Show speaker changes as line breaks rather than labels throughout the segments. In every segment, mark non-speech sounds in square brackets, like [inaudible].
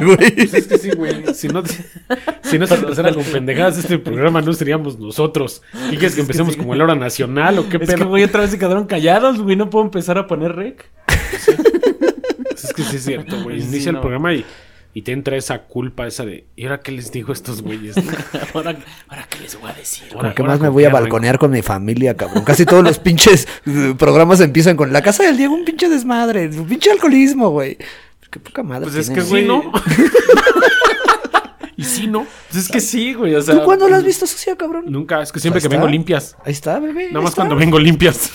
güey.
Pues es que sí, güey. Si no, si no se pasara con pendejadas, este programa no seríamos nosotros. ¿Y quieres que empecemos
sí.
como el hora nacional o qué
Es que,
pedo?
güey, otra vez se quedaron callados, güey. No puedo empezar a poner rec.
Pues es que sí es cierto, güey.
Sí,
Inicia el
no.
programa y, y te entra esa culpa, esa de, ¿y ahora qué les digo a estos güeyes? no?
[laughs] Ahora, ahora qué les voy a decir.
Ahora-
¿Con qué
ahora
más me
con
voy
qué
a
arranco?
balconear con mi familia, cabrón? Casi todos los pinches eh, programas empiezan con la casa del Diego, un pinche desmadre, un pinche alcoholismo, güey. Qué poca madre.
Pues es que,
tienen,
güey,
Sí,
no.
¿no?
¿Y sí, no?
[laughs] Pues es que sí, güey. O sea,
¿Tú cuándo lo has visto sucio, cabrón?
Nunca, es que siempre
Ahí
que
está.
vengo limpias.
Ahí está, bebé.
Nada
ahí
más
está.
cuando
[laughs]
vengo limpias.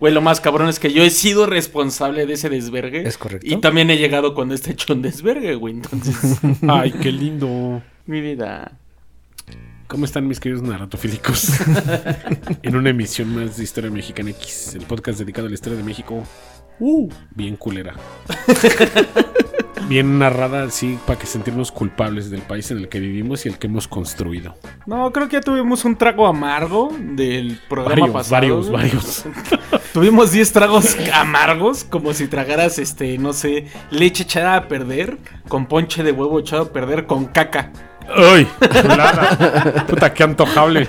Güey, lo más cabrón es que yo he sido responsable de ese desvergue.
Es correcto.
Y también he llegado cuando está hecho un desvergue, güey. Entonces,
Ay, qué lindo.
[laughs] mi vida.
¿Cómo están mis queridos naratofílicos? en una emisión más de Historia Mexicana X, el podcast dedicado a la historia de México. Uh, bien culera. bien narrada así para que sentirnos culpables del país en el que vivimos y el que hemos construido.
No, creo que ya tuvimos un trago amargo del programa
Varios,
pasado.
varios,
güey.
varios.
Tuvimos 10 tragos amargos, como si tragaras, este, no sé, leche echada a perder, con ponche de huevo echado a perder, con caca.
¡Ay! Culada. Puta, qué antojable.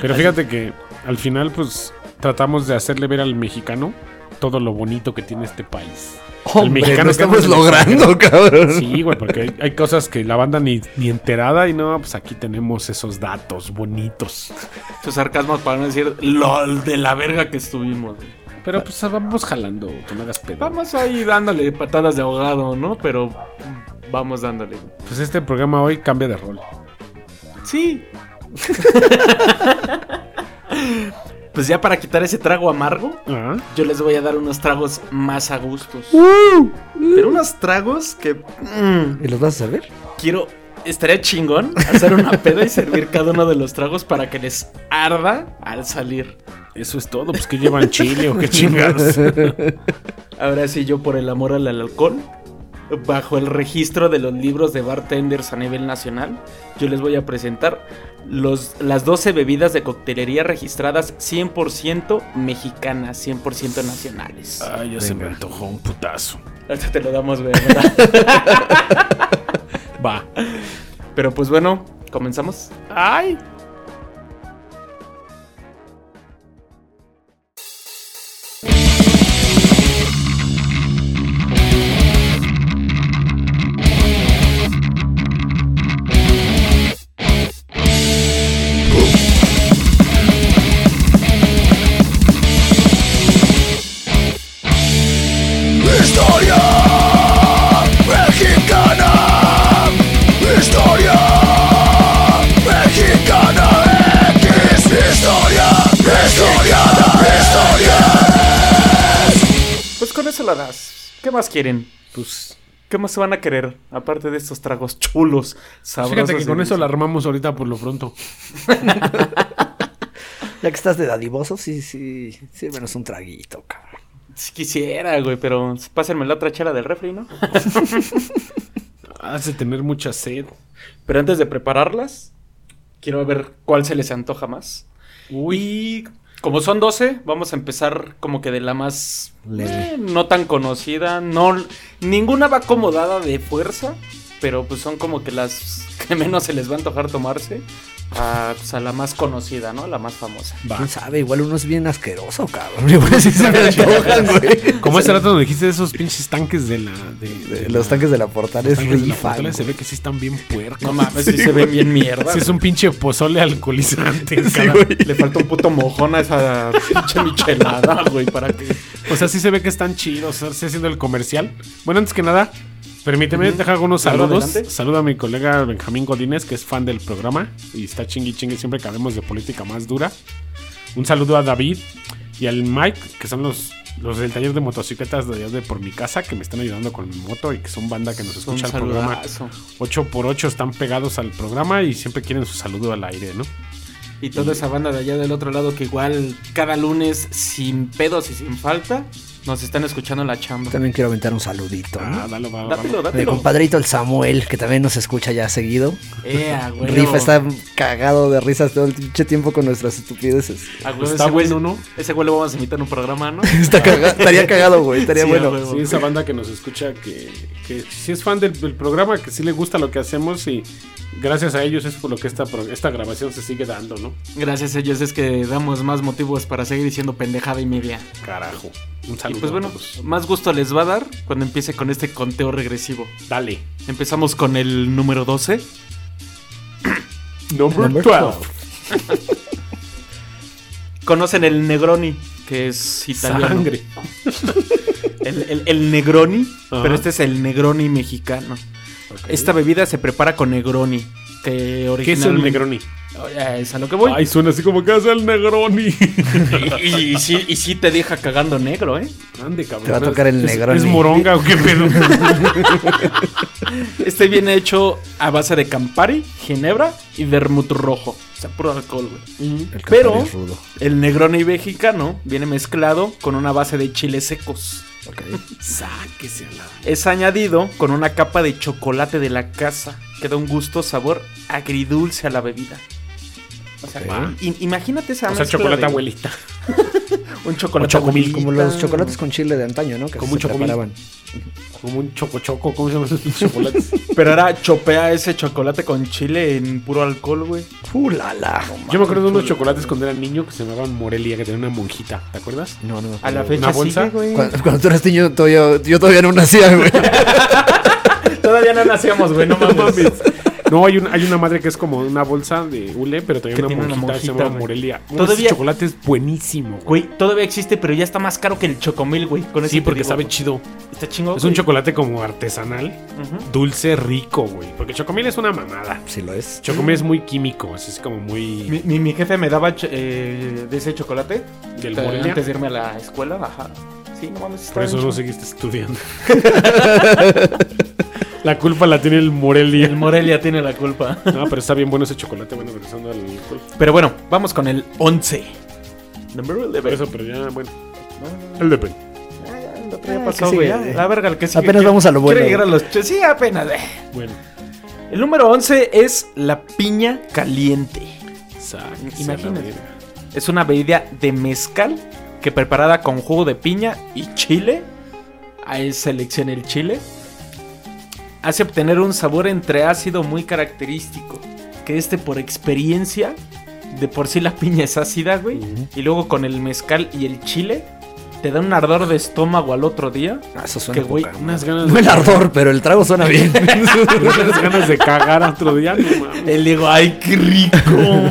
Pero fíjate que al final pues tratamos de hacerle ver al mexicano todo lo bonito que tiene este país. el
Hombre,
mexicano
lo
que anda
estamos
en el
logrando, cabrón.
[laughs] Sí, güey, porque hay, hay cosas que la banda ni, ni enterada y no, pues aquí tenemos esos datos bonitos.
Sus sarcasmos para no decir LOL de la verga que estuvimos.
Pero pues vamos jalando, que no hagas pedo.
Vamos ahí dándole patadas de ahogado, ¿no? Pero mm, vamos dándole.
Pues este programa hoy cambia de rol.
Sí. [laughs] pues ya para quitar ese trago amargo,
Ah,
yo les voy a dar unos tragos más a gustos. Pero unos tragos que mm,
¿Y los vas a saber?
quiero. Estaría chingón hacer una peda y servir cada uno de los tragos para que les arda al salir.
eso es todo, pues que llevan chile [laughs] o
[laughs]
qué chingados.
Ahora sí, yo por el amor al alcohol, bajo el registro de los libros de bartenders a nivel nacional, yo les voy a presentar los, las 12 bebidas de coctelería registradas 100% mexicanas, 100% nacionales.
Ay, ya se me antojó un putazo.
Ahorita te lo damos, güey, ¿verdad?
[laughs] Va.
Pero pues bueno, comenzamos.
Ay.
Historia mexicana. Historia mexicana. X. Historia mexicana. Historia.
Pues con eso la das. ¿Qué más quieren?
Pues
¿Qué más se van a querer? Aparte de estos tragos chulos, sabrosos.
fíjate que con
y
eso la
deliciosos.
armamos ahorita por lo pronto.
Ya que estás de dadivoso, sí, sí. Sí, menos un traguito, cabrón.
Sí Quisiera, güey, pero pásenme la otra chela del refri, ¿no?
Hace tener mucha sed.
Pero antes de prepararlas, quiero ver cuál se les antoja más.
Uy.
Y como son 12, vamos a empezar como que de la más
Leve.
eh, no tan conocida. No, ninguna va acomodada de fuerza, pero pues son como que las [laughs] que menos se les va a antojar tomarse. A, pues, a la más conocida, ¿no? A La más famosa.
Va.
¿Quién sabe? Igual uno es bien asqueroso, cabrón. [laughs] Igual sí se me antojan, güey.
Como ese rato donde dijiste de esos pinches tanques de la. De, de
De Los
la-
tanques de la portal
los
es
tanques de la
rifan,
Portales, se
güey.
ve que sí están bien puercos.
No mames,
[laughs]
sí, se ven bien mierda.
Sí, es un pinche pozole alcoholizante. en
Sí,
cada-
güey.
Le falta un puto mojón a esa [laughs] pinche michelada, güey, para que...
O sea, sí se ve que están chidos. o sea, Estoy haciendo el comercial. Bueno, antes que nada, permíteme dejar algunos
Claro,
saludos.
adelante.
Saludo a mi colega Benjamín Godínez, que es fan del programa y está chingui chingue siempre que hablemos de política más dura. Un saludo a David y al Mike, que son los, los del taller de motocicletas de allá de por mi casa, que me están ayudando con mi moto y que son banda que nos
Un
escucha el programa.
saludazo.
8x8 están pegados al programa y siempre quieren su saludo al aire, ¿no?
Y toda esa banda de allá del otro lado que igual cada lunes sin pedos y sin falta Nos están escuchando en la chamba.
También quiero aventar un saludito. ¿no?
Ah, dalo, va,
Dátelo,
Mi
dátelo.
compadrito el Samuel, que también nos escucha ya seguido.
Eh, a huevo.
Rifa está cagado de risas todo el pinche tiempo con nuestras estupideces.
A huevo,
Está
ese güey-
bueno, ¿no?
Ese güey lo vamos a invitar en un programa, ¿no?
Está caga- [laughs] estaría cagado, güey. Estaría
Sí,
bueno.
a huevo.
Sí, esa banda que nos escucha, que, que sí es fan del, del programa, que sí le gusta lo que hacemos y gracias a ellos es por lo que esta, pro- esta grabación se sigue dando, ¿no?
[laughs] Gracias a ellos es que damos más motivos para seguir diciendo pendejada y media.
Carajo. Un
Y
saludo.
pues bueno,
a todos.
más gusto les va a dar cuando empiece con este conteo regresivo.
dale.
Empezamos con el número 12.
Number,
Number
12.
Conocen el Negroni, que es italiano.
Sangre.
El, el- el Negroni,
Ajá.
pero este es el Negroni mexicano. Esta bebida se prepara con Negroni, que originalmente...
¿Qué es el Negroni?
Eh, Es a lo que voy.
Ay, suena así como que hace el Negroni. [laughs]
y, [laughs] y, sí, y sí te deja cagando negro, ¿eh?
Ande, cabrón.
Te va a tocar el
¿Es-
Negroni.
¿Es moronga o qué pedo?
[laughs]
Este viene hecho a base de Campari, Ginebra y vermut rojo. O sea, puro alcohol, güey.
Mm.
El Campari
Pero
es rudo.
el Negroni mexicano viene mezclado con una base de chiles secos.
Sáquese a la-
Es añadido con una capa de chocolate de la casa que da un gusto sabor agridulce a la bebida. O sea,
Ok.
i- imagínate esa
O sea,
mezcla
chocolate
de
abuelita.
Un chocolate
chocomil,
abuelita.
Como los chocolates con chile de antaño, ¿no? Que
Como
se
un chocomil.
preparaban.
Como un chocochoco. ¿Cómo se llaman esos
[laughs]
chocolates?
Pero ahora chopea ese chocolate con chile en puro alcohol, güey.
¡Ulala!
Yo me acuerdo de unos chocolates cuando era niño que se llamaban Morelia, que tenía una monjita. ¿Te acuerdas?
No, no. me
A
acuerdo.
la
¿Una
fecha
bolsa?
sigue, [laughs] güey.
Cuando, cuando tú eras niño, todavía- yo todavía no nacía, güey.
Todavía no nacíamos, güey, [laughs] no mames.
No, hay una, hay una madre que es como una bolsa de hule, pero
Que
también una
tiene una
monjita, que se
monjita,
llama
güey.
Morelia.
Todavía-
Todavía... chocolate es buenísimo, güey.
Güey, todavía existe, pero ya está más caro que el chocomil, güey. Con eso
Sí,
te
porque
digo,
sabe
güey.
chido.
Está chingón.
Es un
güey.
chocolate como artesanal,
Ujú.
dulce, rico, güey. Porque chocomil es una mamada.
Sí lo es.
Chocomil es muy químico, así es como muy...
Mi, mi- mi jefe me daba ch- eh, de ese chocolate
Del
eh,
Morelia.
antes de irme a la escuela. Ajá. Sí, no mames.
Por
estaba
eso
bien
no
chingón.
seguiste estudiando. [laughs] la culpa la tiene el Morelia.
El Morelia tiene la culpa. [laughs]
No, pero está bien bueno ese chocolate, bueno, regresando al...
Pero bueno, vamos con el 11. Number
Por
11.
eso, pero ya, bueno. El de Pen.
Ya
Ah,
pasó,
que
güey.
sigue, ya.
La verga, el que sigue.
Apenas
Quiero-
vamos a lo bueno,
Quiero llegar a
güey.
los... ch- Sí, apenas. eh.
Bueno.
El número 11 es la piña caliente.
Sáquese a la
Imagínate.
verga.
Es una bebida de mezcal que preparada con jugo de piña y chile. Ahí selecciona el chile. Hace obtener un sabor entre ácido muy característico. Que este por experiencia, de por sí la [laughs] piña es ácida, güey. Y luego con el mezcal y el chile, te da un ardor de estómago al otro día.
Ah, Eso [laughs] suena
Que güey,
poca-
Unas ganas
No el ardor, pero el trago suena bien.
Unas ganas de cagar otro día, no mames.
él digo, ay, qué rico.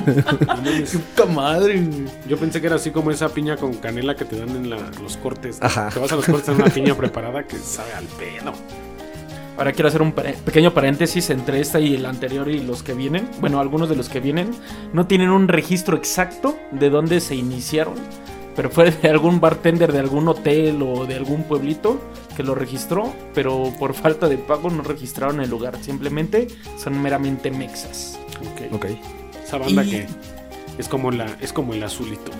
qué [laughs] puta madre, güey.
Yo pensé que era así como esa piña con canela que te dan en la- los cortes.
Ajá.
Te vas a los cortes en una piña preparada que sabe al pelo.
Ahora quiero hacer un pare- pequeño paréntesis entre esta y el anterior y los que vienen. Bueno, algunos de los que vienen no tienen un registro exacto de dónde se iniciaron, pero fue de algún bartender de algún hotel o de algún pueblito que lo registró, pero por falta de pago no registraron el lugar. Simplemente son meramente mexas.
Ok.
ok.
Esa banda
Y-
que es como la es como el azulito.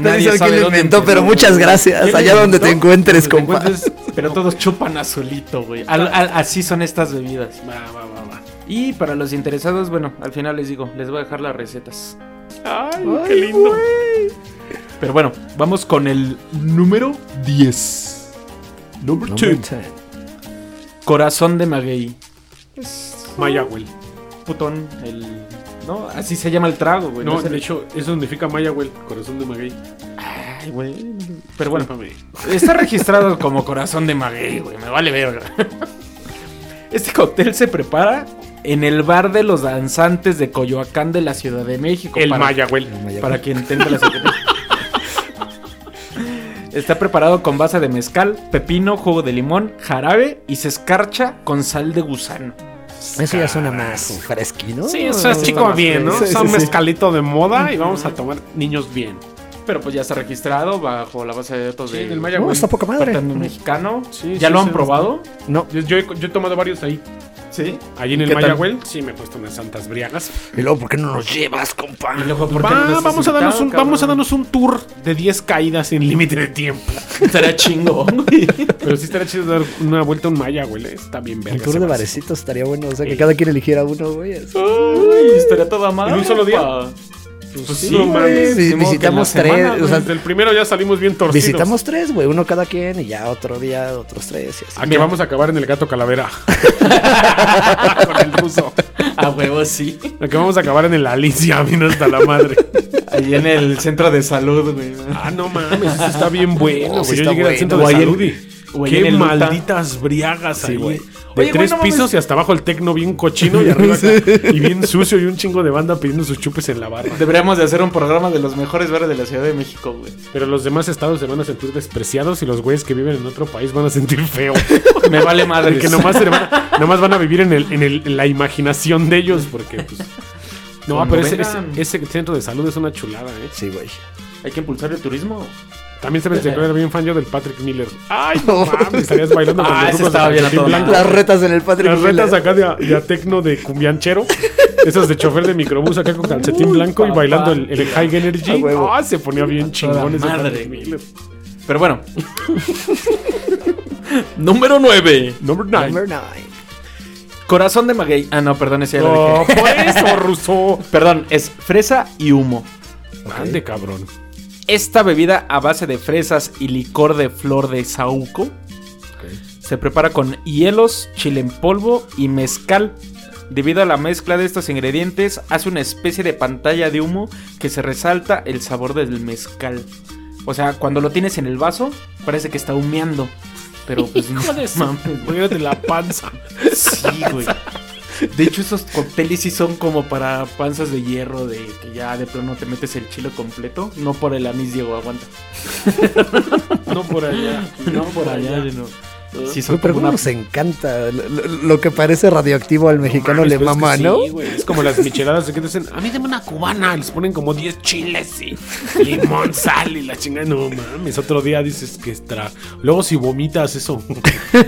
Nadie sabe quién lo
dónde
inventó,
empezó,
pero muchas
güey.
gracias.
¿Quién
Allá
lo
donde te
inventó?
encuentres,
Donde te
compa.
encuentres-
Pero todos chupan azulito, güey. Al- al- así son estas bebidas.
Va, va, va, va.
Y para los interesados, bueno, al final les digo, les voy a dejar las recetas.
Ay, qué lindo.
Pero bueno, vamos con el número 10.
Number
No,
two.
manches.
Corazón de Maguey. Es
Mayagüel.
putón el... No, así se llama el trago, güey.
No,
sé-
de hecho, eso significa Mayagüel, corazón de maguey.
Ay, güey.
[laughs]
Pero bueno,
Discúlpame.
está registrado como Corazón de Maguey, güey. Me vale verga. Este cóctel se prepara en el bar de los danzantes de Coyoacán de la Ciudad de México.
el
para-
Mayagüel.
Maya-
Para quien tenga la secretaria. Está preparado con base de mezcal, pepino, jugo de limón, jarabe y se escarcha con sal de gusano.
Eso ya suena más fresquino.
Sí, eso es chico
más
bien, ¿no?
fresco.
Son
Sí, sí, sí.
mezcalito de moda y vamos a tomar niños bien.
Pero pues ya está registrado bajo la base de datos
Sí,
del
del
de
Mayagüel.
No, está poca madre.
Bartender mexicano.
Sí,
¿Ya
sí,
lo han
sí,
probado?
No,
Yo, yo he, yo he tomado varios ahí.
¿Sí?
Allí en el
¿Qué tal?
Mayagüel, sí me he puesto unas santas briagas.
Y luego, ¿por qué no nos llevas, compa?
Y luego, ¿por qué no
Va,
nos has
vamos, a darnos
invitado,
un, vamos a
cabrón?
darnos un tour de 10 caídas sin límite de tiempo.
Estará
[laughs]
chingón, güey.
Pero sí estaría chido dar una vuelta a un maya, güey. Está bien verga.
Un tour
se
de
me hace.
barecitos estaría bueno. O sea, que cada quien eligiera uno, güey. así.
Uy, estaría toda madre.
¿En un solo día?
pa.
Pues
Sí,
sí, no
güey.
mames.
ni
Vi-
modo que
visitamos
en la
tres.
semana,
o
güey,
sea,
Desde el primero ya salimos bien torcidos.
visitamos tres, güey. Uno cada quien y ya otro día otros tres. Y así.
A que vamos a acabar en el gato
[laughs]
calavera. Con el ruso.
A huevo, sí.
A que vamos a acabar en el Alicia, vino hasta la madre.
Ahí en el centro de salud, güey.
Ah, no mames, eso está [laughs] bien bueno,
Oh, sí
güey.
está
Yo llegué al
bueno.
centro
O
de
ahí en-
salud y-
o ahí en
Qué
el Luta.
malditas briagas ahí, güey. De
Oye, güey,
tres
no mames.
pisos y hasta abajo el tecno bien cochino y arriba acá, y bien sucio y un chingo de banda pidiendo sus chupes en la barra.
Deberíamos de hacer un programa de los mejores bares de la Ciudad de México, güey.
Pero los demás estados se van a sentir despreciados y los güeyes que viven en otro país van a sentir [laughs] feo.
Me vale
Así
madre.
que nomás, se van a, nomás van a vivir en, el, en, el- en la imaginación de ellos porque, pues... No,
Cuando
pero ese,
vengan.
ese- ese centro de salud es una chulada, ¿eh?
Sí, güey.
Hay que impulsar el turismo.
También se me declaró bien fan yo del Patrick Miller. ¡Ay, [laughs] no mames! Estarías bailando con
Ah,
los
ese
grupos de
estaba bien a
calcetín
todo
blanco.
madre.
Las retas en el Patrick.
Las
Miller.
retas acá de, a- de a tecno de cumbianchero. Esas de chofer de microbús acá con calcetín
Uy,
blanco y
papá.
bailando el, el High
A
Energy.
huevo.
¡Ah, se ponía bien chingón ese
madre.
Patrick Miller!
Pero bueno. [laughs] Número 9.
Number
Number
9.
nine.
Corazón de maguey. Ah, no, perdón, ese ya lo
¡Oh,
dije.
[laughs] por eso, Ruso!
Perdón, es fresa y humo.
Mande, cabrón.
Esta bebida a base de fresas y licor de flor de saúco se prepara con hielos, chile en polvo y mezcal. Debido a la mezcla de estos ingredientes, hace una especie de pantalla de humo que se resalta el sabor del mezcal. O sea, cuando lo tienes en el vaso, parece que está humeando. Pero pues no mames.
Imagínate la panza.
Sí, güey. De hecho, esos cócteles sí son como para panzas de hierro, de que ya de plano te metes el chilo completo. No por el anís, Diego, aguanta.
No por allá.
[laughs] No por allá, Ah. no. Sí, son
Güey, pero
como
cómo
una...
nos encanta. Lo, lo- lo que parece radioactivo al mexicano
mames,
le
pero es
mama,
que sí,
¿no?
güey, es como las micheladas que te dicen, a mí deme una cubana, y les ponen como 10 chiles y limón, sal y la chingada. No mames, otro día dices que extra. Luego si vomitas eso.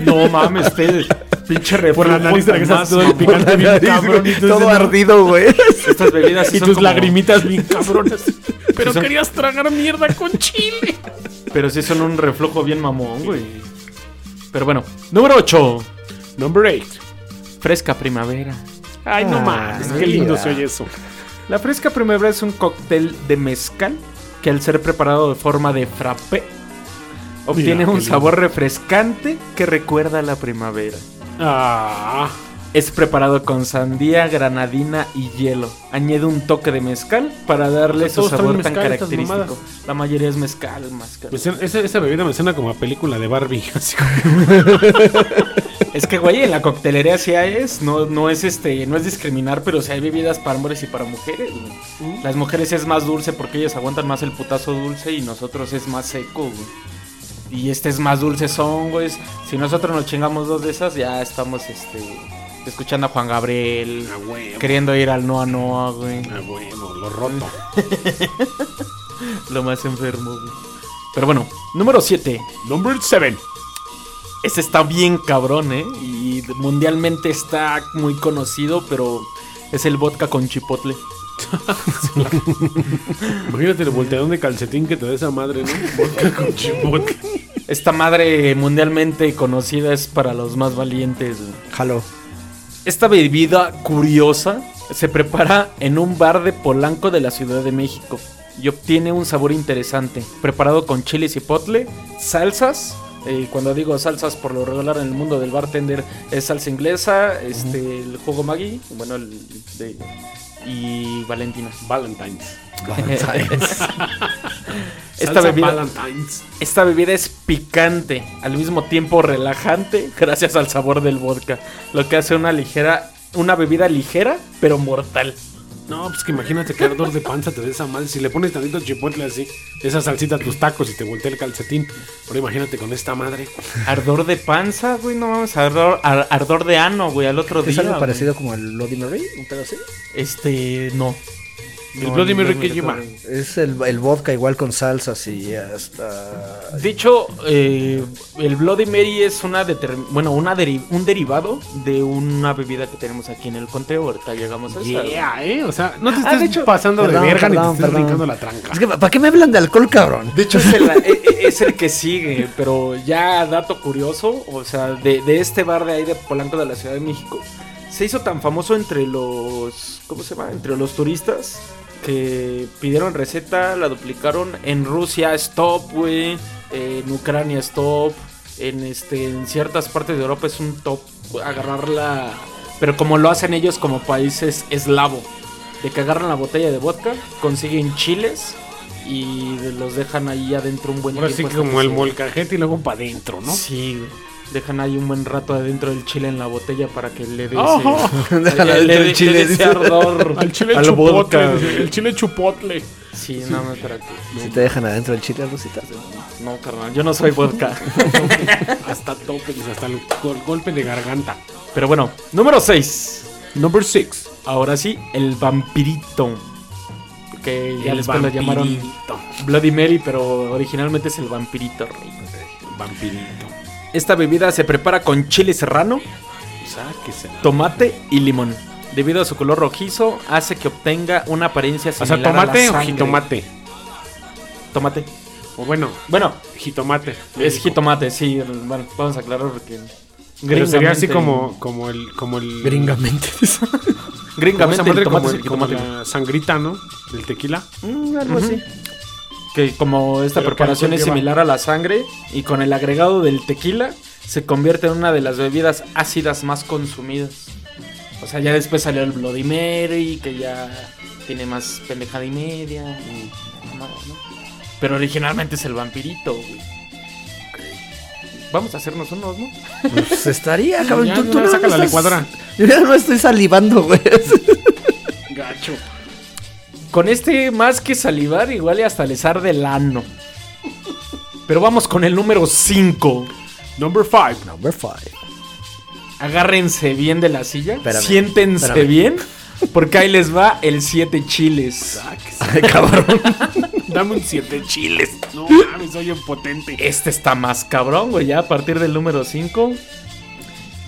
No mames, usted. [laughs] Pinche
Por
reflujo.
la nariz
tan
regresas
más,
todo el
mamón.
picante bien
Nariz,
cabrón.
güey,
y tú
todo
dices, "No".
ardido,
[laughs]
güey.
Estas bebidas sí
Y
son
tus
como-
lagrimitas
[laughs]
bien cabronas. Pero
son-
querías tragar mierda con chile.
Pero sí son un reflujo bien mamón, güey. Pero bueno, número 8.
Number 8.
Fresca primavera.
Ay, no
Ah,
mames, qué
mira.
lindo se oye eso.
La fresca primavera es un cóctel de mezcal que al ser preparado de forma de frappé obtiene
Mira,
un
qué
sabor refrescante que recuerda a la primavera.
Ah,
Es preparado con sandía, granadina y hielo. Añade un toque de mezcal para darle
O sea,
su
todos
sabor
traen
tan
mezcal, estas
característico. La mayoría es mezcal, mezcal.
me suena- esa, esa bebida me suena como a película de Barbie. [laughs] Así como,
Es que, güey, en la coctelería sí hay es, no, no es este, no es discriminar, pero sí hay bebidas para hombres y para mujeres,
Uh.
güey. Las mujeres es más dulce porque ellas aguantan más el putazo dulce y nosotros es más seco, güey. Y este es más dulce son, güey. Si nosotros nos chingamos dos de esas, ya estamos este escuchando a Juan Gabriel,
a huevo,
queriendo ir al Noa Noa, güey.
a huevo, lo roto.
Lo más enfermo, güey. Pero bueno, número 7.
Number 7.
Ese está bien cabrón, ¿eh? Y mundialmente está muy conocido, pero es el vodka con chipotle.
Imagínate el volteadón de calcetín que te da esa madre, ¿no? Vodka con chipotle.
Esta madre mundialmente conocida es para los más valientes. güey.
Jalo.
Esta bebida curiosa se prepara en un bar de Polanco de la Ciudad de México y obtiene un sabor interesante, preparado con chile chipotle, salsas. eh, cuando digo salsas, por lo regular en el mundo del bartender es salsa inglesa, este, el jugo Maggi, bueno, el de, y Valentina.
Valentine's. [laughs]
[laughs] Esta
Salsa
bebida,
Valentine's.
esta bebida es picante, al mismo tiempo relajante, [laughs] gracias al sabor del vodka, lo que hace una ligera, una bebida ligera, pero
[laughs]
mortal.
No, pues que imagínate qué ardor de panza te da esa madre. Si le pones tantito chipotle así, esa salsita a tus tacos y te voltea el calcetín. Pero imagínate con esta madre.
Ardor de panza, güey, no vamos ardor, ar- ardor de ano, güey, al otro día.
¿Es algo
güey.
parecido como al Bloody Mary? ¿Un pedo así?
Este, no.
El Bloody Mary que lleva.
Es el, el vodka igual con salsas y hasta.
De hecho, eh, el Bloody Mary es una determ- bueno, una deri- un derivado de una bebida que tenemos aquí en el conteo. Ahorita llegamos a esa.
Yeah, eh. O sea, no te
Ah,
estés
de hecho-
pasando
Perdón,
de verga
perdón,
ni te estés
perdón.
brincando la tranca.
Es que, ¿para qué me hablan de alcohol, cabrón?
De hecho, es el, e- e- es el que sigue, pero ya dato curioso, o sea, de, de este bar de ahí de Polanco de la Ciudad de México, se hizo tan famoso entre los, ¿cómo se llama? Entre los turistas que pidieron receta, la duplicaron en Rusia, stop, güey, en Ucrania, stop, en, este, en ciertas partes de Europa es un top, agarrarla, pero como lo hacen ellos como países eslavo, de que agarran la botella de vodka, consiguen chiles y los dejan ahí adentro un buen
Ahora sí
tiempo
que
hasta
como
que
el
se-
molcajete y luego para adentro, ¿no?
Sí, güey. Dejan ahí un buen rato adentro del chile en la botella para que le dé ese-
Ojo.
[laughs]
Déjala
le-
dentro
le- le
del
dé
chile.
ese
dice.
ardor
Al chile
[laughs] [laughs] al
chupotle.
vodka.
dice, El chile chupotle.
Sí, no, no, espérate.
Si te dejan adentro del chile, Rosita.
No, carnal, yo no soy [laughs] vodka.
Hasta tope, dice, hasta el gol- golpe de garganta.
Pero bueno, número 6.
Number 6.
Ahora sí, el vampirito. Que ya
El
después lo llamaron
vampirito.
Bloody Mary, pero originalmente es el vampirito, rey.
Vampirito.
Esta bebida se prepara con chile serrano,
Sáquesela.
tomate y limón. Debido a su color rojizo, hace que obtenga una apariencia
O sea,
similar a la
tomate o
sangre.
jitomate.
Tomate.
O bueno,
Bueno,
jitomate.
es jitomate, sí. Bueno, vamos a aclarar porque...
Pero sería así
gringamente-
como, como el. Como el [laughs]
Gringamente. dice.
como esa
Gringamente
madre,
el tomate
como
es
el-
el
como
jitomate.
la sangrita, ¿no? Del tequila.
Mm, algo así. Que como esta
Pero que
preparación
alcohol
es
lleva.
similar a la sangre y con el agregado del tequila se convierte en una de las bebidas ácidas más consumidas. O sea, ya después salió el Bloody Mary, que ya tiene más pendejada y media. y mamadas, ¿no? Pero originalmente es el vampirito, güey. Vamos a hacernos unos, ¿no?
Pues estaría, cabrón.
Ya,
tú,
ya,
tú no,
sácala
no
de
estás-
cuadra.
Yo ya no estoy salivando, güey.
Gacho.
Con este más que salivar, igual y hasta les arde el ano. Pero vamos con el número 5.
Number 5.
Number five.
Agárrense bien de la silla,
Espérame,
siéntense
espérame.
bien, porque ahí les va el 7 chiles.
Ay,
[laughs]
cabrón.
Dame un 7 chiles. [laughs] No mames, soy impotente.
Este está más cabrón, güey, ya a partir del número 5.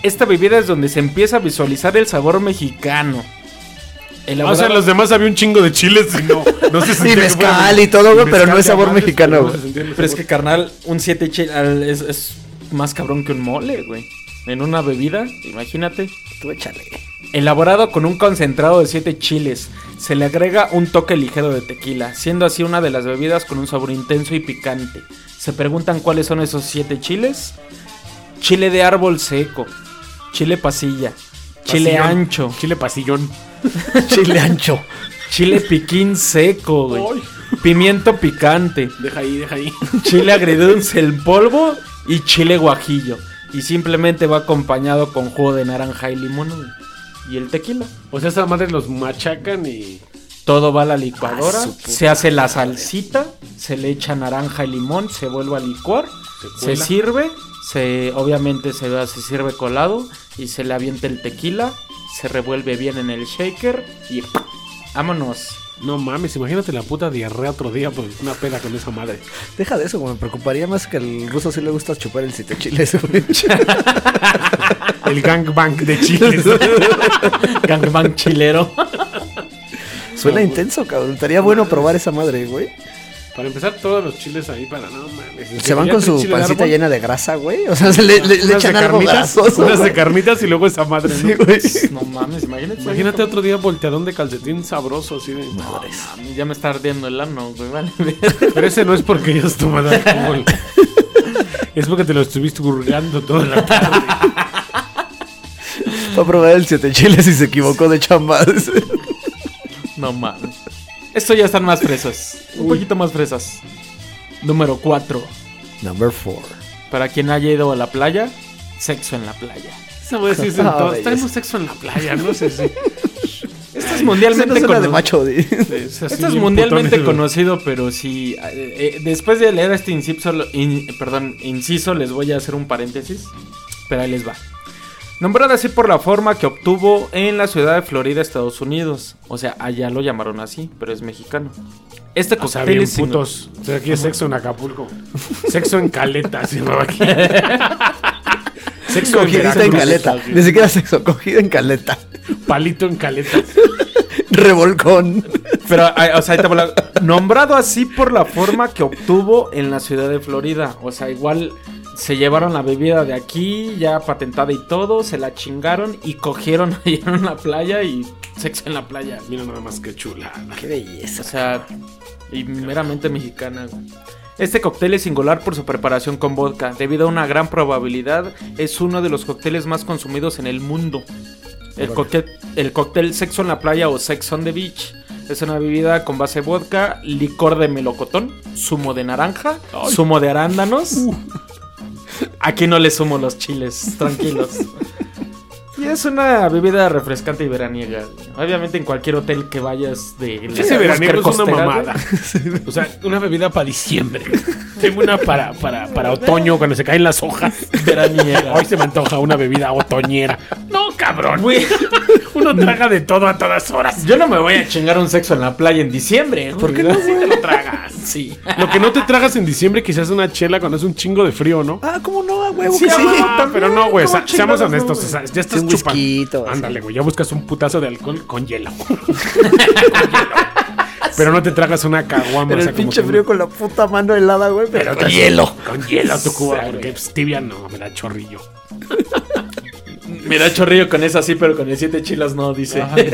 Esta bebida es donde se empieza a visualizar el sabor
Ah,
mexicano.
O sea,
Elaborada-
en los demás había un chingo de chiles y no. No se sentía que
mezcal [laughs]
fuera-
y todo, güey, pero no
mezcal
es
de
sabor
amales,
mexicano,
pero no
güey.
se sentía el
Pero es
sabor.
que, carnal, un 7 chiles al- es, es más cabrón que un mole, güey. En una bebida, imagínate.
Tú échale.
Elaborado con un concentrado de 7 chiles, se le agrega un toque ligero de tequila, siendo así una de las bebidas con un sabor intenso y picante. Se preguntan cuáles son esos 7 chiles. Chile de árbol seco, chile pasilla, chile
Pasillón.
ancho,
Chile pasillón.
Chile ancho.
chile piquín seco, güey,
Ay.
pimiento picante,
Deja ahí, deja ahí.
chile agridulce en polvo y chile guajillo. Y simplemente va acompañado con jugo de naranja y limón güey, y el tequila.
[laughs] O sea, esa madre los machacan y.
Todo va a la licuadora,
Ah, su puta
se hace la salsita, se le echa naranja y limón, se vuelve a licuar,
Se
se,
cuela.
sirve, se obviamente se, va- se sirve colado y se le avienta el tequila, se revuelve bien en el shaker y ¡pa!
[laughs]
vámonos.
No mames, imagínate la puta diarrea otro día por una peda con esa madre.
Deja de eso, güey. Me preocuparía más que al ruso sí le gusta chupar el siete chiles, [laughs] güey.
El gangbang de
[laughs]
chiles.
Gangbang chilero.
Suena intenso, cabrón. Estaría bueno probar esa madre, güey.
para empezar, todos los chiles ahí para no mames.
Se van con su pancita llena de grasa, güey. O sea, se le, le- le echan algo
carnitas,
grasoso.
unas de
güey.
carnitas y luego esa madre. ¿no?
Sí, güey.
No mames, imagínate.
Imagínate otro día volteadón de calcetín sabroso así de.
Ya me está ardiendo el ano, güey, vale. [laughs]
Pero ese no es porque hayas tomado alcohol. es porque te lo estuviste hurgando toda la tarde.
Va a probar el siete chiles y se equivocó de chamba. dice.
No mames. Esto ya están más fresas, un poquito más fresas. Número 4.
Number four.
Para quien haya ido a la playa, sexo en la playa.
Esa madre sí es en
Ah,
todo.
belleza.
Tenemos sexo en la playa, no sé si.
Esto es
Ese no
mundialmente,
suena de
cono-
macho,
[laughs]
di. [laughs]
Es así
Esto es
bien
mundialmente
putones, güey.
conocido, pero sí. eh, eh, después de leer este inciso, lo- in- perdón, inciso, les voy a hacer un paréntesis. Pero ahí les va. Nombrada así por la forma que obtuvo en la ciudad de Florida, Estados Unidos. O sea, allá lo llamaron así, pero es mexicano. Este
O sea,
cóctel
bien
es ino-
putos. O sea, aquí es sexo en Acapulco. sexo en caleta, se llamaba aquí. sexo
Cogidita en
Veracruz.
caleta. Ni siquiera sexo, cogida en caleta. [laughs]
Palito en caleta.
Revolcón.
Pero, ay, o sea, ahí te va la- nombrado así por la forma que obtuvo en la ciudad de Florida. O sea, igual se llevaron la bebida de aquí, ya patentada y todo, se la chingaron y cogieron [laughs] ahí en una playa y sexo en la playa.
Mira nada más que chula.
Qué belleza.
O sea, y meramente mexicana. güey. Este cóctel es singular por su preparación con vodka. Debido a una gran probabilidad, es uno de los cócteles más consumidos en el mundo. El, cóctel, el cóctel Sexo en la Playa o Sex on the Beach es una bebida con base vodka, licor de melocotón, zumo de naranja, zumo de arándanos. Aquí no le sumo los chiles, tranquilos. Y es una bebida refrescante y veraniega. Obviamente en cualquier hotel que vayas de...
Ese veraniego es una
costera,
mamada.
[laughs]
O sea, una bebida para diciembre. Tengo una para, para, para otoño, cuando se caen las hojas.
Veraniega.
Hoy se me antoja una bebida otoñera. No, cabrón. Uno traga de todo a todas horas.
Yo no me voy a chingar un sexo en la playa en diciembre. ¿eh? ¿Por qué no?
Te lo tragas.
Sí.
Lo que no te tragas en diciembre quizás es una chela cuando es un chingo de frío, ¿no?
Ah, ¿cómo no? A huevo
Sí,
que
a
sí.
huevo.
Ah, pero no, güey.
¿Cómo
sa- Seamos
chingados no,
honestos.
güey?
o sea, ya estás
Sí, un
chupando.
whiskito, así.
Ándale, güey. Ya buscas un putazo de alcohol
[laughs]
con hielo. [laughs] Con hielo. Pero no te tragas una caguama.
Pero
o sea,
el
como
pinche
que-
frío con la puta mano helada, güey. Pero con hielo.
Con hielo tu cuba,
Sí,
porque
güey.
pues, tibia no, me da chorrillo.
Mira, chorrillo con esa sí, pero con el siete chilas no, dice.
Sí,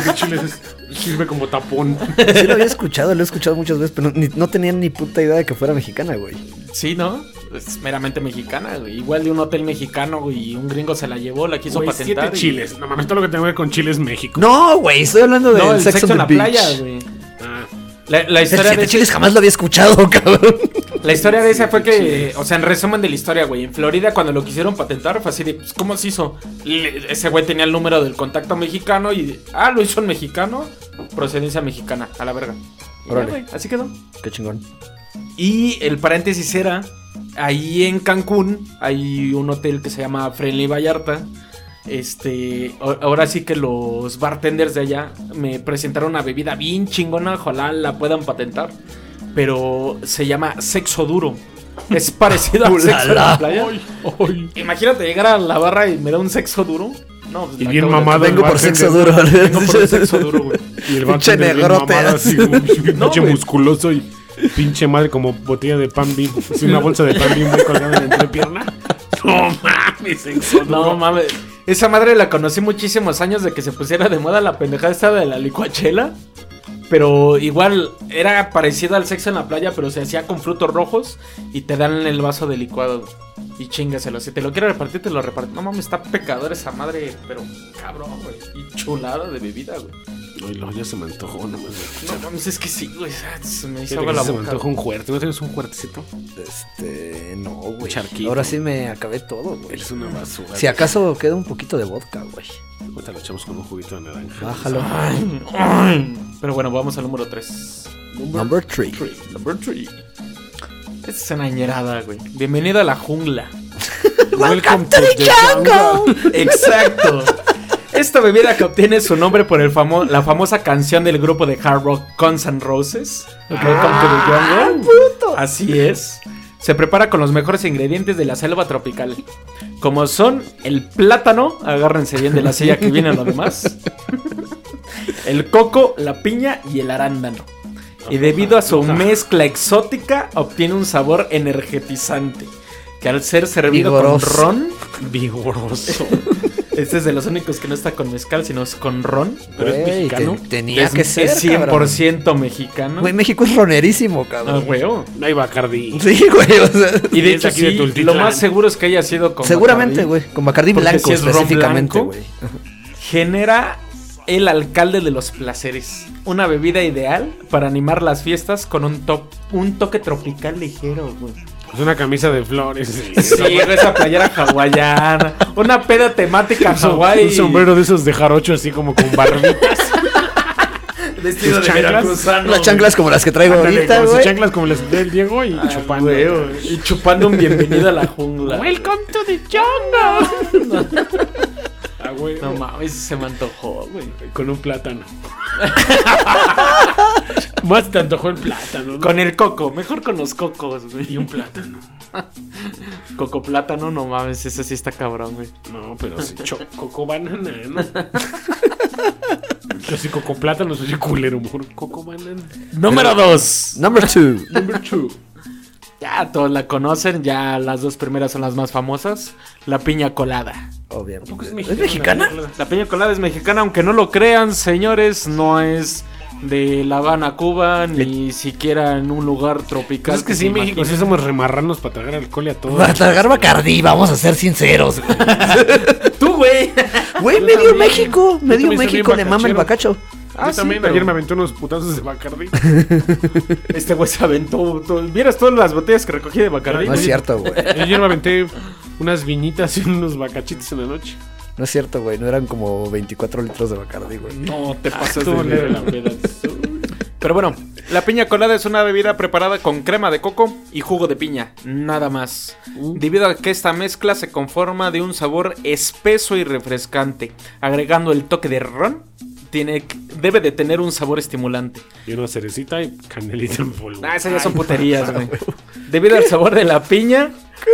que chiles es- sirve como
[laughs]
tapón.
Sí lo había escuchado, lo he escuchado muchas veces, pero ni- no tenía ni puta idea de que fuera mexicana, güey.
Sí, ¿no? Es meramente mexicana, güey. Igual de un hotel mexicano, güey, y un gringo se la llevó, la quiso
Güey,
patentar.
siete
y-
chiles. No mames, todo lo que tengo que ver con chiles México.
No, güey, estoy hablando del
No, el
sexo,
sexo en la playa,
güey.
güey.
Ah,
La, la historia
Siete
de
chiles jamás lo había escuchado, [laughs] cabrón.
La historia de esa fue que, o sea, en resumen de la historia, güey, en Florida cuando lo quisieron patentar fue así de, pues, ¿cómo se hizo? Le- ese güey tenía el número del contacto mexicano y, ah, lo hizo un mexicano, procedencia mexicana, a la verga. Y ya,
Órale.
güey, así quedó.
Qué chingón.
Y el paréntesis era, ahí en Cancún hay un hotel que se llama Friendly Vallarta. Este, o- ahora sí que los bartenders de allá me presentaron una bebida bien chingona, ojalá la puedan patentar. Pero se llama sexo duro.
[laughs]
Es parecido al sexo en la
Ulala.
playa. Imagínate llegar a la barra y me da un sexo duro. No, pues,
Y
la
bien
acabo de-
mamado.
Vengo por
bartender,
sexo duro.
Vengo por un sexo duro, güey.
Y el
[laughs] Pinche
bartender bien
negrote.
mamado, así, güey, pinche
güey.
musculoso y pinche madre como botella de pan bim. Así una bolsa de pan bim muy colgada en la entrepierna. No mames, sexo
No
duro.
mames. Esa madre la conocí muchísimos años de que se pusiera de moda la pendejada esta de la licuachela. Pero igual era parecida al sexo en la playa, pero se hacía con frutos rojos y te dan el vaso de licuado. Y chingaselo. Si te lo quiero repartir, te lo reparto. No mames, está pecador esa madre, pero cabrón, güey. Y chulada de bebida, güey.
Ay, no, ya se me antojó, no mames.
No mames, es que sí, güey. Se me hizo
Fíjate
agua
que
la
sí Se me
boca.
antojó un juerte. ¿No tienes un juertecito?
Este, no, güey.
charquito.
Ahora sí me acabé todo, güey.
Eres una basura.
Si acaso queda un poquito de vodka, güey.
Ahorita lo echamos con un juguito de naranja.
Bájalo.
Pero bueno, vamos al número 3.
Number three.
Number 3. Esta es una ñerada, güey. Bienvenido a la jungla.
[laughs] Welcome to the jungle.
Exacto. Esta bebida que obtiene su nombre por el famo- la famosa canción del grupo de hard rock Guns N' Roses. Welcome to
Ah,
the Jungle.
Ah,
Así es. Se prepara con los mejores ingredientes de la selva tropical. Como son el plátano, agárrense bien de la silla que viene lo demás. El coco, la piña y el arándano. Y debido a
Ah.
su mezcla exótica, obtiene un sabor energetizante. Que al ser servido
Vigoroso.
con ron,
Vigoroso.
este es de los únicos que no está con mezcal, sino es con ron.
Pero es
Güey, te-
mexicano.
tenía
es,
que ser,
es
100%.
100% mexicano.
Güey, México es ronerísimo,
Ah,
cabrón.
huevo.
No hay Bacardi.
Sí, güey, o sea,
Y de
Y es
hecho,
aquí de
sí, lo
Tultitlán.
más seguro es que haya sido con
seguramente,
Bacardi.
güey, con Bacardi
Porque
blanco
si es ron
específicamente,
blanco. Ah,
güey.
Genera el alcalde de los placeres. Una bebida ideal para animar las fiestas con un, to- un toque tropical ligero, güey.
Es una camisa de flores.
Sí, güey, esa playera hawaiana. Una peda temática
Un som-
Hawái.
Un sombrero de esos de jarocho así como con barbitas.
Vestido
sus
de
chanclas.
veracruzano,
Unas chanclas como las que traigo
Ándale,
ahorita,
con sus
güey.
chanclas como las del Diego y
güey. Ah,
chupando.
güey, Y chupando un bienvenido a la jungla.
Welcome to the jungle. Ah, güey.
No mames, se me antojó, güey.
Con un [laughs] plátano. Más te antojó el plátano. ¿no?
Con el coco, mejor con los cocos,
Y
güey.
un plátano.
Coco plátano, no mames, ese sí está cabrón, güey.
No, pero sí, cho- coco banana,
[laughs]
¿no? Yo sí, coco plátano, soy culero, mejor coco banana.
Número 2.
Number two.
Number two.
Ya todos la conocen, ya las dos primeras son las más famosas. La piña colada.
Obviamente.
¿Es
¿Es mexicana?
La piña colada es mexicana, aunque no lo crean, señores, no es de La Habana, Cuba, ni siquiera en un lugar tropical.
Pues Es que sí,
se
México, sí somos remarranos para tragar alcohol y a todos.
Va a tragar Bacardí, vamos a ser sinceros.
[laughs]
güey.
imaginen. Tú, güey.
Güey,
Yo
medio
también.
México,
Yo
medio
también soy
México
bien
le mama el
bacachero.
bacacho.
Yo
Ah, sí,
también
pero-
ayer me aventé unos putazos de
[laughs]
Bacardi.
Este güey se aventó. todo- ¿Vieras todas las botellas que recogí de Bacardí?
No es cierto, güey.
ayer me aventé unas viñitas y unos bacachitos en la noche.
No es cierto, güey. No eran como 24 litros de Bacardí, güey.
No te pasas
Estuvo
de
leve
[laughs] verga.
la peda.
Pero bueno, la piña colada es una bebida preparada con crema de coco y jugo de piña, nada más. Debido a que esta mezcla se conforma de un sabor espeso y refrescante, agregando el toque de ron, tiene, debe de tener un sabor estimulante.
Y una cerecita y canelita en polvo.
Ah, esas ya son puterías, güey. Debido al sabor de la piña,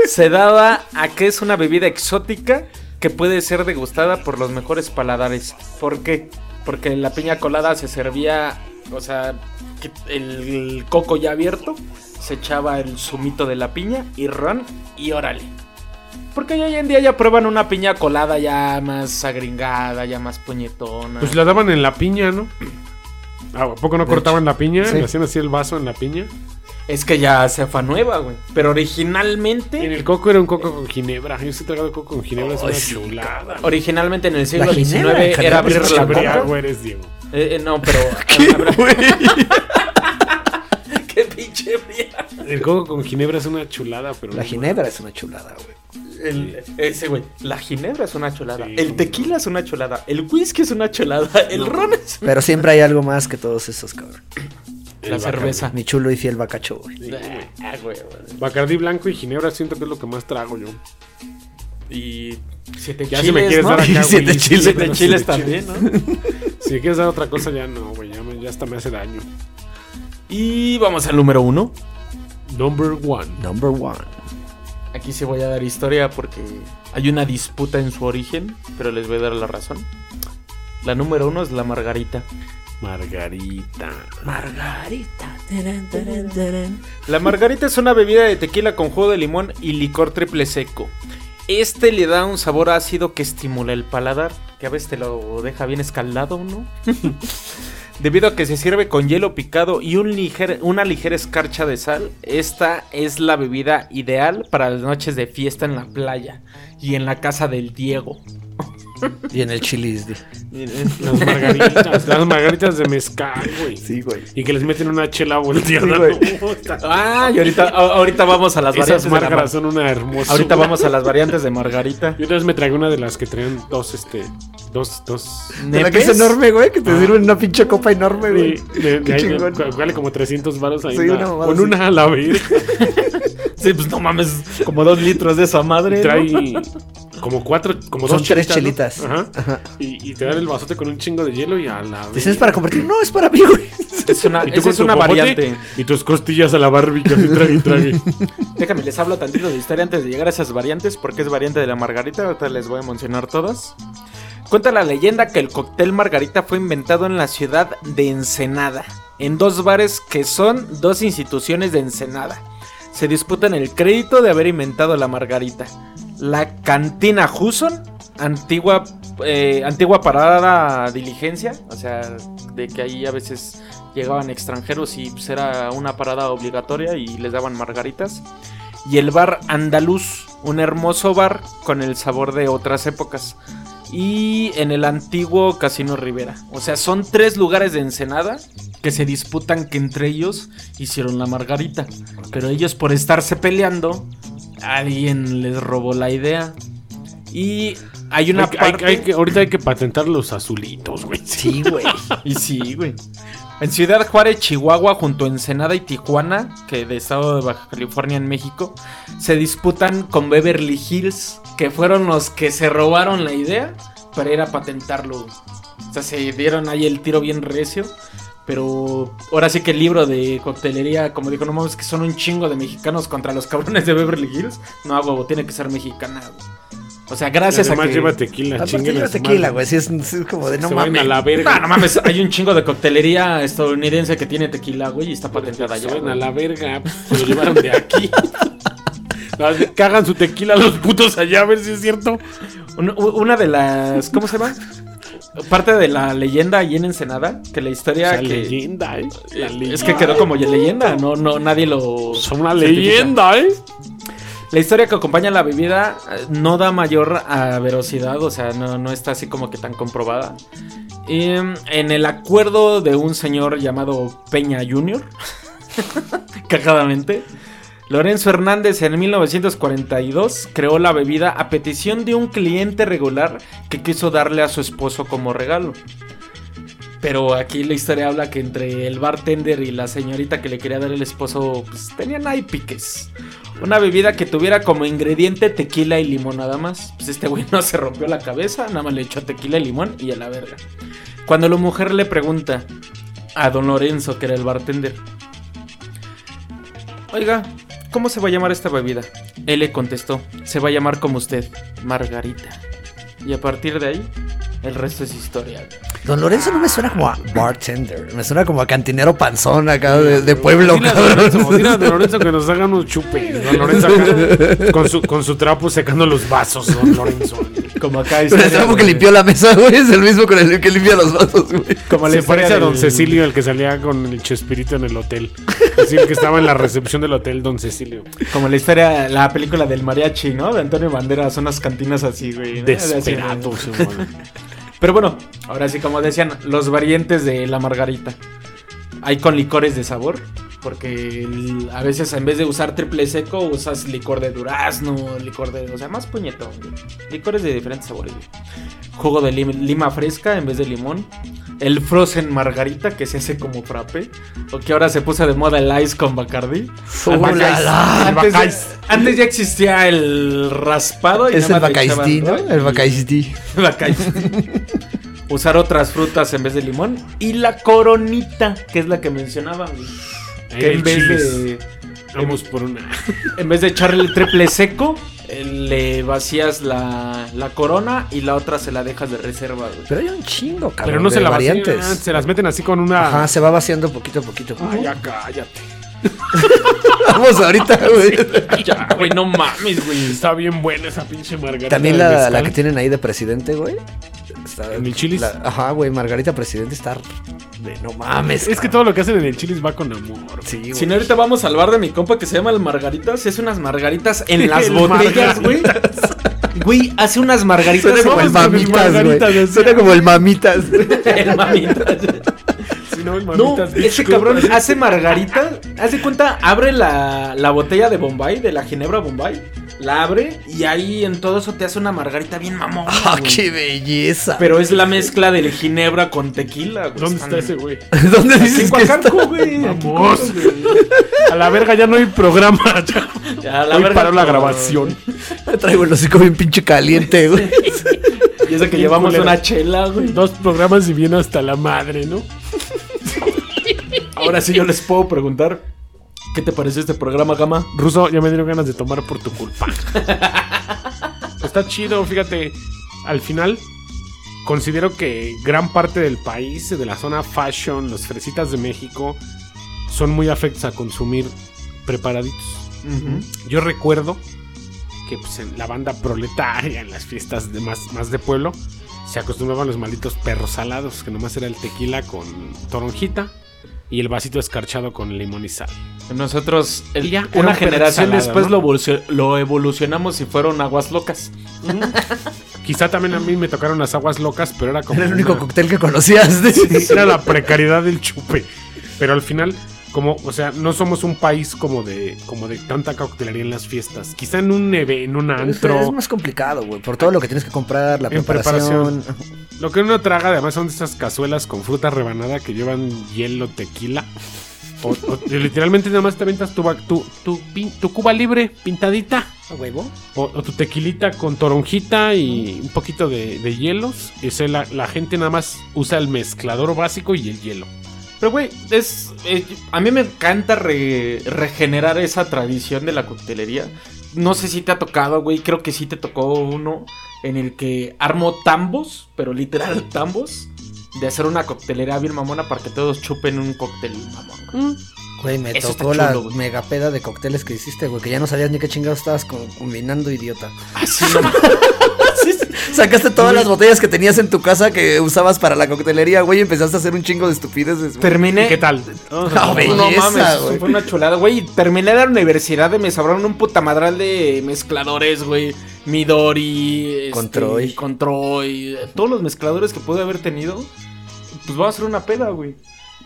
se daba a que es una bebida exótica que puede ser degustada por los mejores paladares. ¿Por qué? Porque la piña colada se servía, o sea, que el, el coco ya abierto, se echaba el zumito de la piña y ron y órale. Porque hoy en día ya prueban una piña colada ya más agringada, ya más puñetona.
Pues la daban en la piña, ¿no? Ah, ¿A poco no cortaban la piña?
Sí.
Le hacían así el vaso en la piña.
Es que ya se fue nueva, güey. Pero originalmente...
En el coco era un coco con ginebra. Yo sí he tragado coco con ginebra, es
Ay,
una
sí,
chulada.
Originalmente en el siglo
La ginebra,
XIX
cabrón, es
era abrir la
ginebra,
copa.
Embriago eres, Diego.
Eh, eh,
[laughs]
no, pero. [laughs] ¡Qué pinche fría!
El coco con ginebra es una chulada, pero...
La ginebra es una chulada, güey.
El- ese, güey. La ginebra es una cholada.
Sí,
el
no.
tequila es una cholada. El whisky es una cholada. El ron es.
Pero siempre hay algo más que todos esos, cabrón.
El
la
Bacardi.
cerveza.
Mi chulo y fiel bacacho, güey.
Sí, güey.
Ah, güey, güey.
Bacardí blanco y ginebra siento que es lo que más trago yo.
Y. Siete
Ya
chiles,
si me quieres
¿no?
dar
[laughs]
acá,
Y
güey,
siete
sí,
chiles.
Siete
pero
chiles
siete
también,
chiles.
¿no?
Si me quieres dar otra cosa ya no, güey, ya, me- ya hasta me hace daño.
Y vamos al número uno.
Number one.
Number one.
Aquí sí voy a dar historia porque hay una disputa en su origen, pero les voy a dar la razón. La número uno es la margarita.
Margarita.
La margarita es una bebida de tequila con jugo de limón y licor triple seco. Este le da un sabor ácido que estimula el paladar, que a veces te lo deja bien escaldado, ¿no? [laughs] Debido a que se sirve con hielo picado y un liger- una ligera escarcha de sal, esta es la bebida ideal para las noches de fiesta en la playa y en la casa del Diego.
Y en el chilis. di.
Las margaritas. las margaritas de mezcal, güey.
güey.
Y que les meten una chela volteada.
Sí, güey.
¿no? Puta.
Ah, y ahorita, a- ahorita vamos a las
Esas
variantes. de la mar-
margaras son una hermosa.
ahorita
güey.
vamos a las variantes de margarita.
Yo una vez me tragué una de las que traían dos, este, dos, dos.
De la que es
¿Nepes?
enorme, güey, que te sirven una pinche copa enorme, güey.
Ah. De- de-
Qué
ahí,
chingón.
cu- vale como 300 varos ahí.
Sí,
una-
una mamada
con
así.
una a
[laughs]
la vez.
Sí, pues no mames, como dos litros de esa madre. ¿no?
Trae como cuatro, como
Son
dos
tres
chelitas, ¿no?
chelitas.
Ajá. Y, y te dan el vasote con un chingo de hielo y a la vez.
Dices, es para compartir. No, es para mí, güey.
Es una,
Y tú
esa
con
es
tu
una
popote
variante.
Y tus costillas a la barbica. Y trague,
[laughs]
y trague.
Déjame, les hablo tantito de historia antes de llegar a esas variantes, porque es variante de la margarita, ahorita les voy a mencionar todas. Cuenta la leyenda que el cóctel margarita fue inventado en la ciudad de Ensenada, en dos bares que son dos instituciones de Ensenada. Se disputan el crédito de haber inventado la margarita. La cantina Huson, antigua, eh, antigua parada diligencia, o sea, de que ahí a veces llegaban extranjeros y pues, era una parada obligatoria y les daban margaritas y el bar andaluz, un hermoso bar con el sabor de otras épocas. Y en el antiguo Casino Rivera. O sea, son tres lugares de Ensenada que se disputan que entre ellos hicieron la margarita. Pero ellos por estarse peleando, alguien les robó la idea. Y hay una
Hay que- hay que-
parte...
hay que- ahorita hay que patentar los azulitos, güey.
Sí, güey.
Y sí, güey. En Ciudad Juárez, Chihuahua, junto a Ensenada y Tijuana, que de estado de Baja California en México, se disputan con Beverly Hills, que fueron los que se robaron la idea, para ir a patentarlo. O sea, se dieron ahí el tiro bien recio. Pero ahora sí que el libro de coctelería, como dijo, no mames, que son un chingo de mexicanos contra los cabrones de Beverly Hills. No, a huevo, tiene que ser mexicana. güey. O sea, gracias
[laughs]
a
Además
que...
lleva tequila,
Aparte
chingue
lleva
su
tequila,
madre.
güey. Sí, es, es como de no
Se vayan
mames.
a la verga.
No, no mames, hay un chingo de coctelería estadounidense que tiene tequila, güey, y está patentada
Se
ya.
vayan
güey.
a la verga. pues, Se lo llevaron de
[laughs]
aquí. Cagan su tequila a los putos allá, a ver si es cierto.
Un- u- Una de las. ¿Cómo se llama? Parte de la leyenda ahí en Ensenada, que la historia
La
que.
leyenda, ¿eh? La
Es
leyenda.
que quedó como ya leyenda, no, no, nadie lo.
Es una
certifica.
leyenda, ¿eh?
La historia que acompaña la bebida eh, no da mayor a verosidad, o sea, no, no está así como que tan comprobada. Y, mm, en el acuerdo de un señor llamado Peña [laughs] Jr., cajadamente, Lorenzo Hernández en 1942 creó la bebida a petición de un cliente regular que quiso darle a su esposo como regalo. Pero aquí la historia habla que entre el bartender y la señorita que le quería dar el esposo, pues tenían ahí piques. Una bebida que tuviera como ingrediente tequila y limón nada más. Pues este güey no se rompió la cabeza, nada más le echó tequila y limón y a la verga. Cuando la mujer le pregunta a don Lorenzo, que era el bartender, Oiga, ¿cómo se va a llamar esta bebida? Él le contestó, se va a llamar como usted, Margarita. Y a partir de ahí, el resto es historia.
Don Lorenzo no me suena como a bartender. Me suena como a cantinero panzón acá de, de pueblo,
Dile a Don
[laughs]
Lorenzo, dile a Don Lorenzo que nos haga unos chupes. Don Lorenzo
[laughs]
acá, con, su, con su trapo secando los vasos, Don Lorenzo.
Como [laughs] acá
Pero el trapo que limpió la mesa, güey, es el mismo con el que limpia los vasos, güey.
Como
Se parece a Don Cecilio, el que salía con el Chespirito en el hotel. Así el que estaba en la recepción del hotel, Don Cecilio.
Como la historia, la película del mariachi, ¿no? De Antonio Banderas, unas cantinas así, güey. ¿no? De así,
Desesperado,
güey. [laughs]
Simón.
Pero bueno, ahora sí, como decían, los variantes de la margarita. Hay con licores de sabor, porque el- a veces en vez de usar triple seco, usas licor de durazno, licor de. O sea, más puñetón, güey. Licores de diferentes sabores, güey. Jugo de lim- lima fresca en vez de limón. El frozen margarita, que se hace como frappe. O que ahora se puso de moda el ice con Bacardi.
Uh, la, la.
El
Antes,
Bacáis.
ya- antes ya existía el raspado. Y
Es el
nada más le
Bacaistí, ¿no?
echaban ron
El
y-
Bacaistí.
[laughs] Bacaí. Usar otras frutas en vez de limón. Y la coronita, que es la que mencionaba. güey. Que
Ahí
en
el
vez
chiles.
de,
Vamos por
[laughs]
una.
en vez de echarle el triple seco, eh, le vacías la, la corona y la otra se la dejas de reserva. güey.
Pero hay un chingo, cabrón.
Pero no se
de
la vacían,
variantes.
ah, se las meten así con una.
Ajá, se va vaciando poquito a poquito.
Ay, ya cállate.
[laughs] Vamos
[laughs]
ahorita, güey.
Ya, güey, no mames, güey.
Está bien buena esa pinche margarita.
También
de
la,
mezcal.
la que tienen ahí de presidente, güey. Está-
¿En el Chili's?
la- ajá, güey, Margarita Presidente está de no
Ah,
mames.
Es que
cabrón.
todo lo que hacen en el chilis va con amor.
Sí, güey.
Si no, ahorita vamos al bar de mi compa que se llama el Margaritas. Y hace unas margaritas en las
El
botellas, güey. Güey, hace unas margaritas
Suena como el
vamos
con mis
mamitas, güey.
margaritas,
Suena
decía.
como el mamitas.
con el mamitas.
Si no, el
No,
mamitas bitch
ese
club.
cabrón hace margarita. Haz de cuenta, abre la, la botella de Bombay, de la Ginebra Bombay. La abre y ahí en todo eso te hace una margarita bien mamón.
[laughs] Ah, qué belleza.
Pero es la mezcla del Ginebra con tequila, güey.
¿Dónde
Están-
está ese güey?
[laughs] ¿Dónde
Aquí en
dices que está?
Coacalco, güey. aquí en
Vamos. A la verga ya no hay programa. [laughs] Ya.
Coacalco. Ya, la
Hoy
verga,
paró la
no.
grabación.
[laughs] Traigo el hocico bien pinche caliente, güey.
Y eso que
Bien
llevamos
culero.
una chela, güey.
Dos programas y bien hasta la madre, ¿no?
Ahora sí yo les puedo preguntar. ¿Qué te pareció este programa, Gama?
Ruso, ya me dieron ganas de tomar por tu culpa. Está chido, fíjate. Al final, considero que gran parte del país, de la zona fashion, los fresitas de México, son muy afectos a consumir preparaditos. Yo recuerdo que pues, en la banda proletaria, en las fiestas de más, más de pueblo, se acostumbraban los malditos perros salados, que nomás era el tequila con toronjita y el vasito escarchado con limón y sal.
Nosotros, el-
Y ya, era
una
un perro
generación
ensalada,
después
¿no?
lo, evolucio- lo evolucionamos y fueron aguas locas.
Quizá también a mí me tocaron las aguas locas, pero era como.
Era el único
una-
cóctel que conocías. [laughs]
[laughs] era la precariedad del chupe. Pero al final, como, o sea, no somos un país como de, como de tanta coctelería en las fiestas. Quizá en un neve, en un
Es,
antro.
es más complicado, güey. Por todo lo que tienes que comprar, la
En
preparación.
Lo que uno traga además son esas cazuelas con fruta rebanada que llevan hielo, tequila. O, o- y literalmente nada más te aventas tu, ba- tu, tu, pin- tu cuba libre pintadita
¿A Ah, huevo?
O, o tu tequilita con toronjita y un poquito de, de hielos. Ese la, la gente nada más usa el mezclador básico y el hielo.
Pero, güey, es. eh, a mí me encanta re- regenerar esa tradición de la coctelería. No sé si te ha tocado, güey. Creo que sí te tocó uno en el que armo tambos, pero literal [laughs] tambos, de hacer una coctelería bien mamona para que todos chupen un cóctel mamón. güey.
Güey, me
Eso está
tocó la
chulo, güey.
mega peda de cócteles que hiciste, güey, que ya no sabías ni qué chingados estabas co- combinando, idiota.
Así no mames. [laughs] Sí, sí.
Sacaste todas las botellas que tenías en tu casa que usabas para la coctelería, güey, y empezaste a hacer un chingo de estupideces, güey.
Terminé.
¿Y qué tal? Vamos
[laughs]
a-
[laughs]
No, belleza, güey.
fue una chulada, güey. Terminé la universidad y me sabraron un puta madral de mezcladores, güey. Midori,
Controy.
Controy, todos los mezcladores que pude haber tenido. Pues vamos a hacer una peda, güey.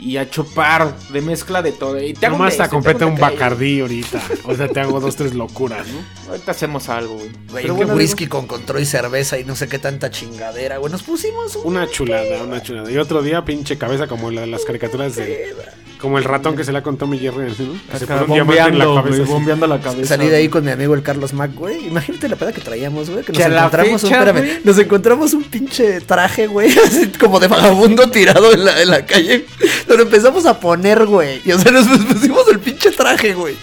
Y a chupar de mezcla de todo. Y te hago
Nomás
de
te
este,
completa
te hago
un
de aquello.
bacardí ahorita. O sea, te hago dos, tres locuras, ¿no?
Ahorita hacemos algo, güey.
Güey,
Pero
que
bueno,
whisky con control y cerveza y no sé qué tanta chingadera, güey. Nos pusimos un...
Una chulada, una chulada. Y otro día, pinche cabeza como la de las caricaturas de. Como el ratón que se la contó mi Jerry. ¿no? Que se
acá
puso un diamante en la
bombeando, güey,
cabeza. así.
bombeando la cabeza.
Salí de ahí
güey.
con mi amigo el Carlos Mac, güey. Imagínate la peda que traíamos, güey. Que nos
Que a la
encontramos
fecha,
un. espérame,
güey.
nos encontramos un pinche traje, güey. [laughs] Así como de vagabundo tirado en la, en la calle. Nos lo empezamos a poner, güey. Y o sea, nos pusimos el pinche traje, güey.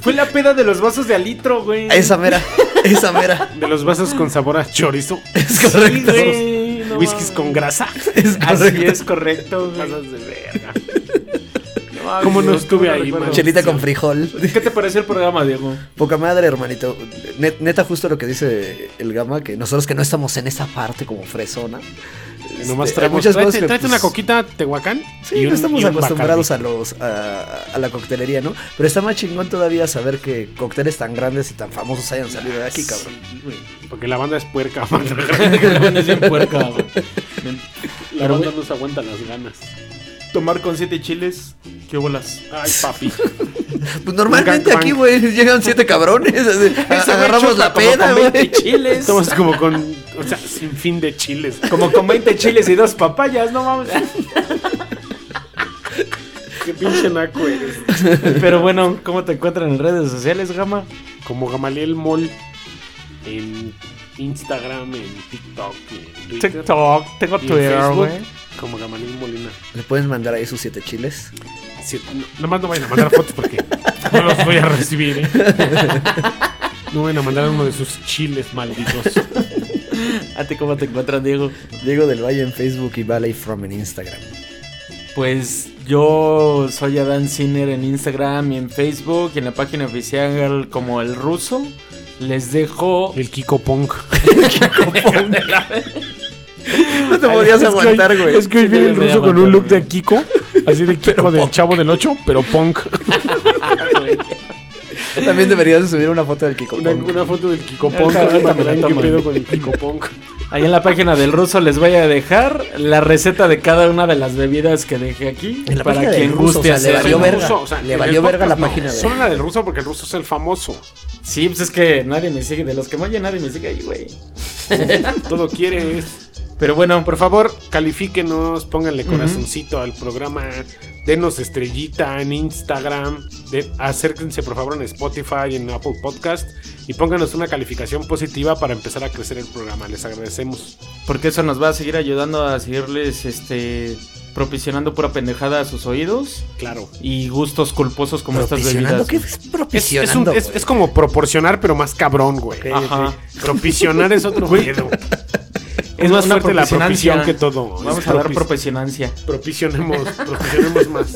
Fue la peda de los vasos de alitro, güey.
Esa mera, esa mera.
De los vasos con sabor a chorizo.
Es
Sí,
correcto.
güey, no
whiskies con
mames.
grasa.
es
Así
correcto.
es, correcto, güey.
Pasas de verga.
[laughs] No,
¿Cómo no
Dios,
estuve
¿cómo
ahí,
recuerdo?
mano?
Chelita con frijol. [laughs]
¿Qué te pareció el programa, Diego?
Poca madre, hermanito. Ne- neta, justo lo que dice el Gama, que nosotros que no estamos en esa parte como fresona. este,
Nomás
hay
traemos.
muchas
Tráete,
cosas que,
tráete
pues,
una coquita Tehuacán.
Sí,
y un-
no estamos
y un
acostumbrados
Bacardí.
a los a, a la coctelería, ¿no? Pero está más chingón todavía saber que cócteles tan grandes y tan famosos hayan salido de aquí, cabrón.
Sí, güey, Porque la banda es
[laughs]
puerca. mano.
La banda es bien puerca, güey.
La banda nos aguanta las ganas.
Tomar con siete chiles, qué bolas.
Ay, papi.
Pues normalmente
gangbang.
aquí, güey, llegan siete cabrones,
[laughs]
así, [laughs] a-
Ese güey
agarramos
chupa
la
como
peda,
con
güey.
20 chiles.
Estamos como con. O sea, sin fin de chiles.
Como con 20 chiles y dos papayas, no mames.
Qué pinche naco eres.
Pero bueno, ¿cómo te encuentran en redes sociales, Gama?
Como Gamaliel Mol en Instagram, en TikTok, en Twitter.
[laughs] TikTok, tengo
y en
Twitter,
Facebook,
güey.
Como Gamaliel Molina.
Le pueden mandar ahí sus siete chiles.
Sí, no- nomás no vayan a mandar fotos porque no los voy a recibir, ¿eh? No vayan a mandar uno de sus chiles malditos.
¿A ti cómo te encuentran, Diego?
Diego del Valle en Facebook y Valley From en
[laughs]
Instagram.
Pues yo soy Adán Sinner en Instagram y en Facebook y en la página oficial como El Ruso. Les dejo...
El Kiko Pong.
No te podrías
es que hoy-
aguantar, güey.
Es que hoy
Sí,
viene el
debería
ruso con un
aguantar,
look de
güey.
Kiko. Así [laughs] de Kiko del Chavo del 8, pero Pong.
También deberías subir una foto del Kiko.
Una,
Pong.
una foto del Kiko Pong.
Ahorita-
Ahorita me
ahorita me la
dan qué
toman.
pedo con el Kiko Pong.
Ahí en la página del ruso les voy a dejar la receta de cada una de las bebidas que dejé aquí
En la
para
página del
quien
ruso,
guste
o sea, le valió
hacerlo.
verga. Le
en el
valió verga la
podcast
página de-
Solo la del ruso porque el ruso es el famoso.
Sí, pues es que nadie me sigue, de los que me oyen nadie me sigue ahí, güey.
Todo quiere es.
Pero bueno,
Por favor, califíquenos, pónganle corazoncito al programa, denos estrellita en Instagram, de- acérquense por favor en Spotify, en Apple Podcast y pónganos una calificación positiva para empezar a crecer el programa. Les agradecemos.
porque eso nos va a seguir ayudando a seguirles este propicionando pura pendejada a sus oídos
Claro.
y gustos culposos como estas
¿Propicionando?
bebidas.
¿Qué
güey.
es
Es, es un-
propicionando?
es-
güey?
es como proporcionar, pero más cabrón, güey.
Ok.
Ajá.
Propicionar es otro
[laughs]
pedo. Es
Una
más fuerte la
propicionancia.
propición que todo.
Vamos
Es
a dar
propici- [laughs]
propicionancia.
Propicionemos, propicionemos más.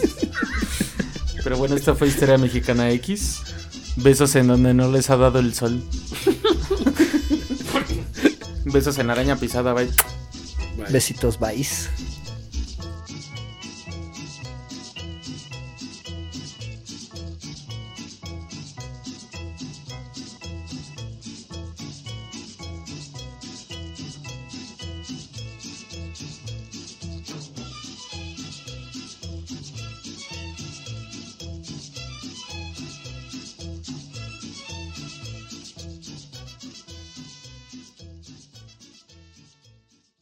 [laughs] Pero bueno, esta fue Historia Mexicana X. Besos en donde no les ha dado el sol. Besos en araña pisada, bye.
Besitos, bye.